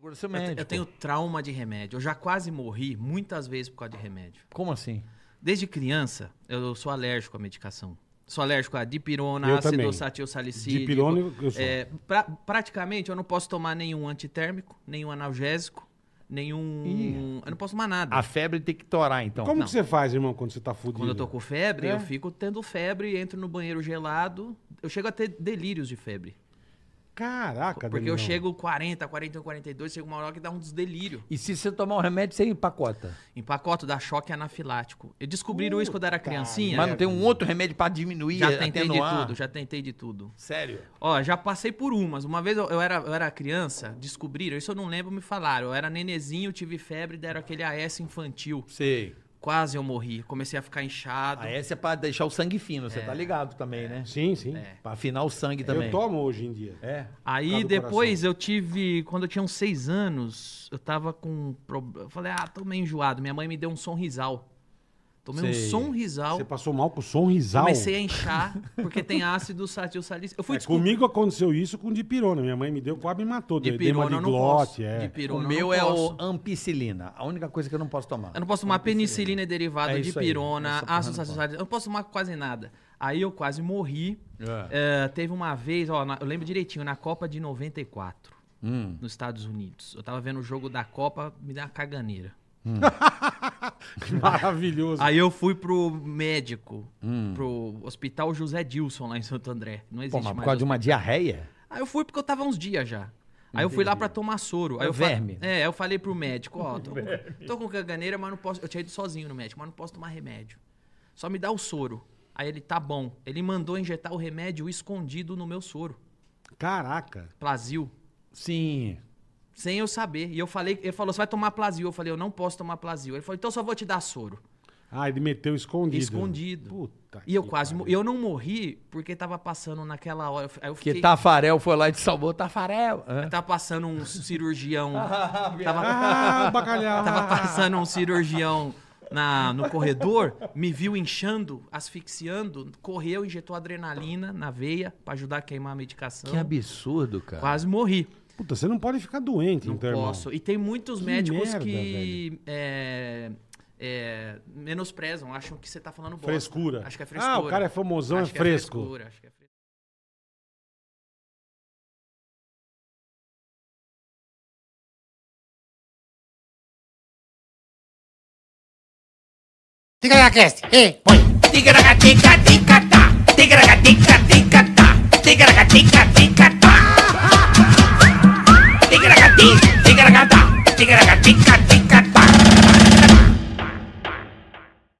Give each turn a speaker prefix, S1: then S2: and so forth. S1: por seu
S2: Eu te-
S1: médico.
S2: Eu tenho trauma de remédio. Eu já quase morri muitas vezes por causa de remédio.
S1: Como assim?
S2: Desde criança, eu sou alérgico à medicação. Sou alérgico a dipirona,
S3: Eu
S2: ácido
S3: também.
S2: salicídico.
S3: Dipirona eu- eu sou.
S2: É, pra- praticamente, eu não posso tomar nenhum antitérmico, nenhum analgésico, nenhum... Eu não posso tomar nada.
S3: Ah,
S4: A febre tem que torar, então.
S3: Como
S2: Não.
S3: que você faz, irmão, quando você tá fudido?
S2: Quando eu tô com febre,
S3: É?
S2: eu fico tendo febre, entro no banheiro gelado. Eu chego a ter delírios de febre.
S3: Caraca,
S2: Porque eu
S3: Danilão.
S2: chego 40, 41, 42, chega uma hora que dá um desdelírio.
S1: E se você tomar um remédio, você empacota.
S2: Empacoto, dá choque anafilático. E descobriram isso quando eu era criancinha.
S3: É.
S4: Mas não tem um outro remédio pra diminuir,
S2: Já tentei de
S4: atenuar?
S2: tudo, já tentei de tudo.
S4: Sério?
S2: Ó, já passei por umas. Uma vez eu, eu era, eu era criança, descobriram, isso eu não lembro, me falaram. Eu era nenezinho, tive febre, deram aquele AS infantil.
S4: Sei.
S2: Quase eu morri. Comecei a ficar inchado.
S4: A essa é pra deixar o sangue fino, você tá ligado também, né?
S3: Sim, sim.
S2: É,
S4: Pra afinar o sangue também.
S3: Eu tomo hoje em dia.
S4: É.
S3: Por
S2: Aí
S3: causa do
S2: depois eu tive, quando eu tinha uns seis anos, eu tava com. pro- Eu falei, ah, tô meio enjoado. Minha mãe me deu um sonrisal. Tomei
S4: Sei.
S2: um sonrisal.
S3: Você passou mal com o som risal.
S4: um?
S2: Comecei a inchar, porque tem ácido salicílico. Eu fui
S3: É,
S2: descobrir.
S3: comigo aconteceu isso com dipirona. Minha mãe me deu, quase me matou.
S2: De
S3: Deu edema
S2: pirona
S3: de
S2: eu não
S3: glote,
S2: posso.
S3: é.
S2: De
S4: O
S2: pirona eu
S4: meu
S2: não
S4: é
S2: posso.
S4: o ampicilina. A única coisa que eu não posso tomar.
S2: Eu não posso tomar penicilina derivada
S4: É
S2: de
S4: isso aí.
S2: pirona,
S4: Essa porra
S2: ácido
S4: não pode.
S2: salicílico. Eu não posso tomar quase nada. Aí eu quase morri.
S4: É.
S2: É, teve uma vez, ó, na- eu lembro direitinho, na Copa de 94,
S4: Hum.
S2: nos Estados Unidos. Eu tava vendo o jogo da Copa, me deu uma caganeira.
S3: Maravilhoso.
S2: Aí eu fui pro médico, pro Hospital José Dilson, lá em Santo André. Não
S4: Pô,
S2: existe
S4: mas por
S2: mais.
S4: causa de uma diarreia?
S2: Aí eu fui porque eu tava uns dias já. Aí eu fui lá pra tomar soro. Aí
S4: É
S2: eu fa-
S4: verme.
S2: É, eu falei pro médico, ó, tô, com, tô com caganeira, mas não posso. Eu tinha ido sozinho no médico, mas não posso tomar remédio. Só me dá o soro. Aí ele, tá bom. Ele mandou injetar o remédio escondido no meu soro.
S3: Caraca.
S2: Plasil.
S4: Sim.
S2: Sem eu saber. E eu falei, ele falou, você vai tomar plasil. Eu falei, eu não posso tomar plasil. Ele falou, então eu só vou te dar soro.
S3: Ah, ele meteu escondido.
S2: Escondido.
S3: Puta
S2: E eu
S3: que
S2: quase
S3: pariu.
S2: morri. Eu não morri porque tava passando naquela hora. Aí eu
S4: Que
S2: fiquei,
S3: tá-
S4: Tafarel foi lá e te salvou Tafarel. é. Hã?
S2: Tava passando um cirurgião. tava,
S3: Ah, bacalhau.
S2: tava passando um cirurgião na, no corredor, me viu inchando, asfixiando, correu, injetou adrenalina na veia pra ajudar a queimar a medicação.
S4: Que absurdo, cara.
S2: Quase morri.
S3: Puta, você não pode ficar doente,
S2: Não
S3: então, irmão.
S2: posso. E tem muitos
S3: Que
S2: médicos
S3: merda,
S2: que é, é, menosprezam, acham que você tá falando bosta.
S3: Frescura.
S2: Acho que é
S3: Ah,
S2: frescura.
S3: o cara é famosão, é
S2: Acho que
S3: fresco.
S2: frescura, acho que é frescura.
S5: Diga na cast. Ei, põe.
S6: Ticaracatica, ticatá. Ticaracatica, ticatá.